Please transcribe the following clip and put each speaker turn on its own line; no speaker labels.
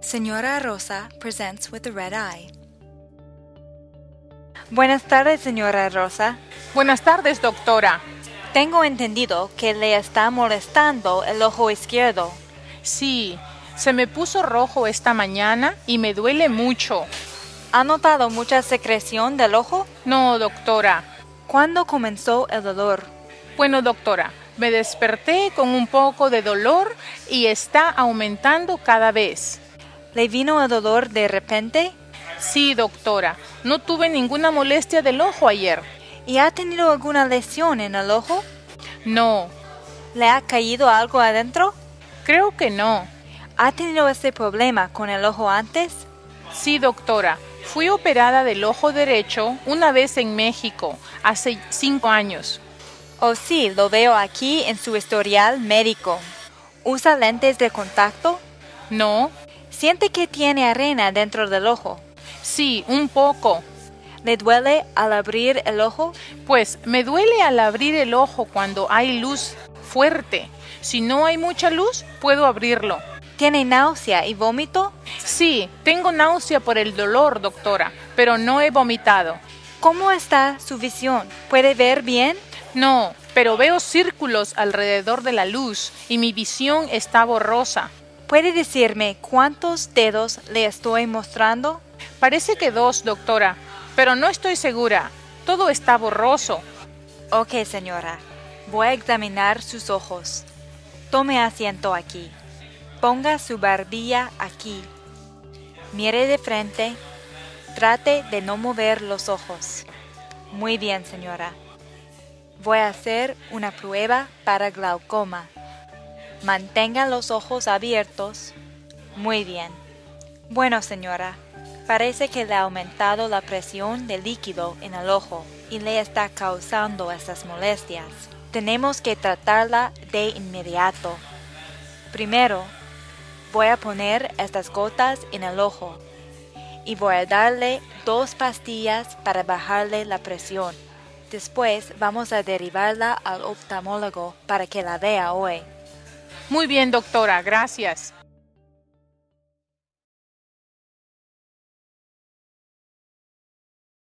Señora Rosa presents with the red eye. Buenas tardes, señora Rosa.
Buenas tardes, doctora.
Tengo entendido que le está molestando el ojo izquierdo.
Sí, se me puso rojo esta mañana y me duele mucho.
¿Ha notado mucha secreción del ojo?
No, doctora.
¿Cuándo comenzó el dolor?
Bueno, doctora, me desperté con un poco de dolor y está aumentando cada vez.
¿Le vino el dolor de repente?
Sí, doctora. No tuve ninguna molestia del ojo ayer.
¿Y ha tenido alguna lesión en el ojo?
No.
¿Le ha caído algo adentro?
Creo que no.
¿Ha tenido ese problema con el ojo antes?
Sí, doctora. Fui operada del ojo derecho una vez en México, hace cinco años.
Oh, sí, lo veo aquí en su historial médico. ¿Usa lentes de contacto?
No.
¿Siente que tiene arena dentro del ojo?
Sí, un poco.
¿Le duele al abrir el ojo?
Pues me duele al abrir el ojo cuando hay luz fuerte. Si no hay mucha luz, puedo abrirlo.
¿Tiene náusea y vómito?
Sí, tengo náusea por el dolor, doctora, pero no he vomitado.
¿Cómo está su visión? ¿Puede ver bien?
No, pero veo círculos alrededor de la luz y mi visión está borrosa.
¿Puede decirme cuántos dedos le estoy mostrando?
Parece que dos, doctora, pero no estoy segura. Todo está borroso.
Ok, señora. Voy a examinar sus ojos. Tome asiento aquí. Ponga su barbilla aquí. Mire de frente. Trate de no mover los ojos. Muy bien, señora. Voy a hacer una prueba para glaucoma. Mantenga los ojos abiertos. Muy bien. Bueno, señora, parece que le ha aumentado la presión de líquido en el ojo y le está causando estas molestias. Tenemos que tratarla de inmediato. Primero, voy a poner estas gotas en el ojo y voy a darle dos pastillas para bajarle la presión. Después vamos a derivarla al oftalmólogo para que la vea hoy.
Muy bien, doctora, gracias.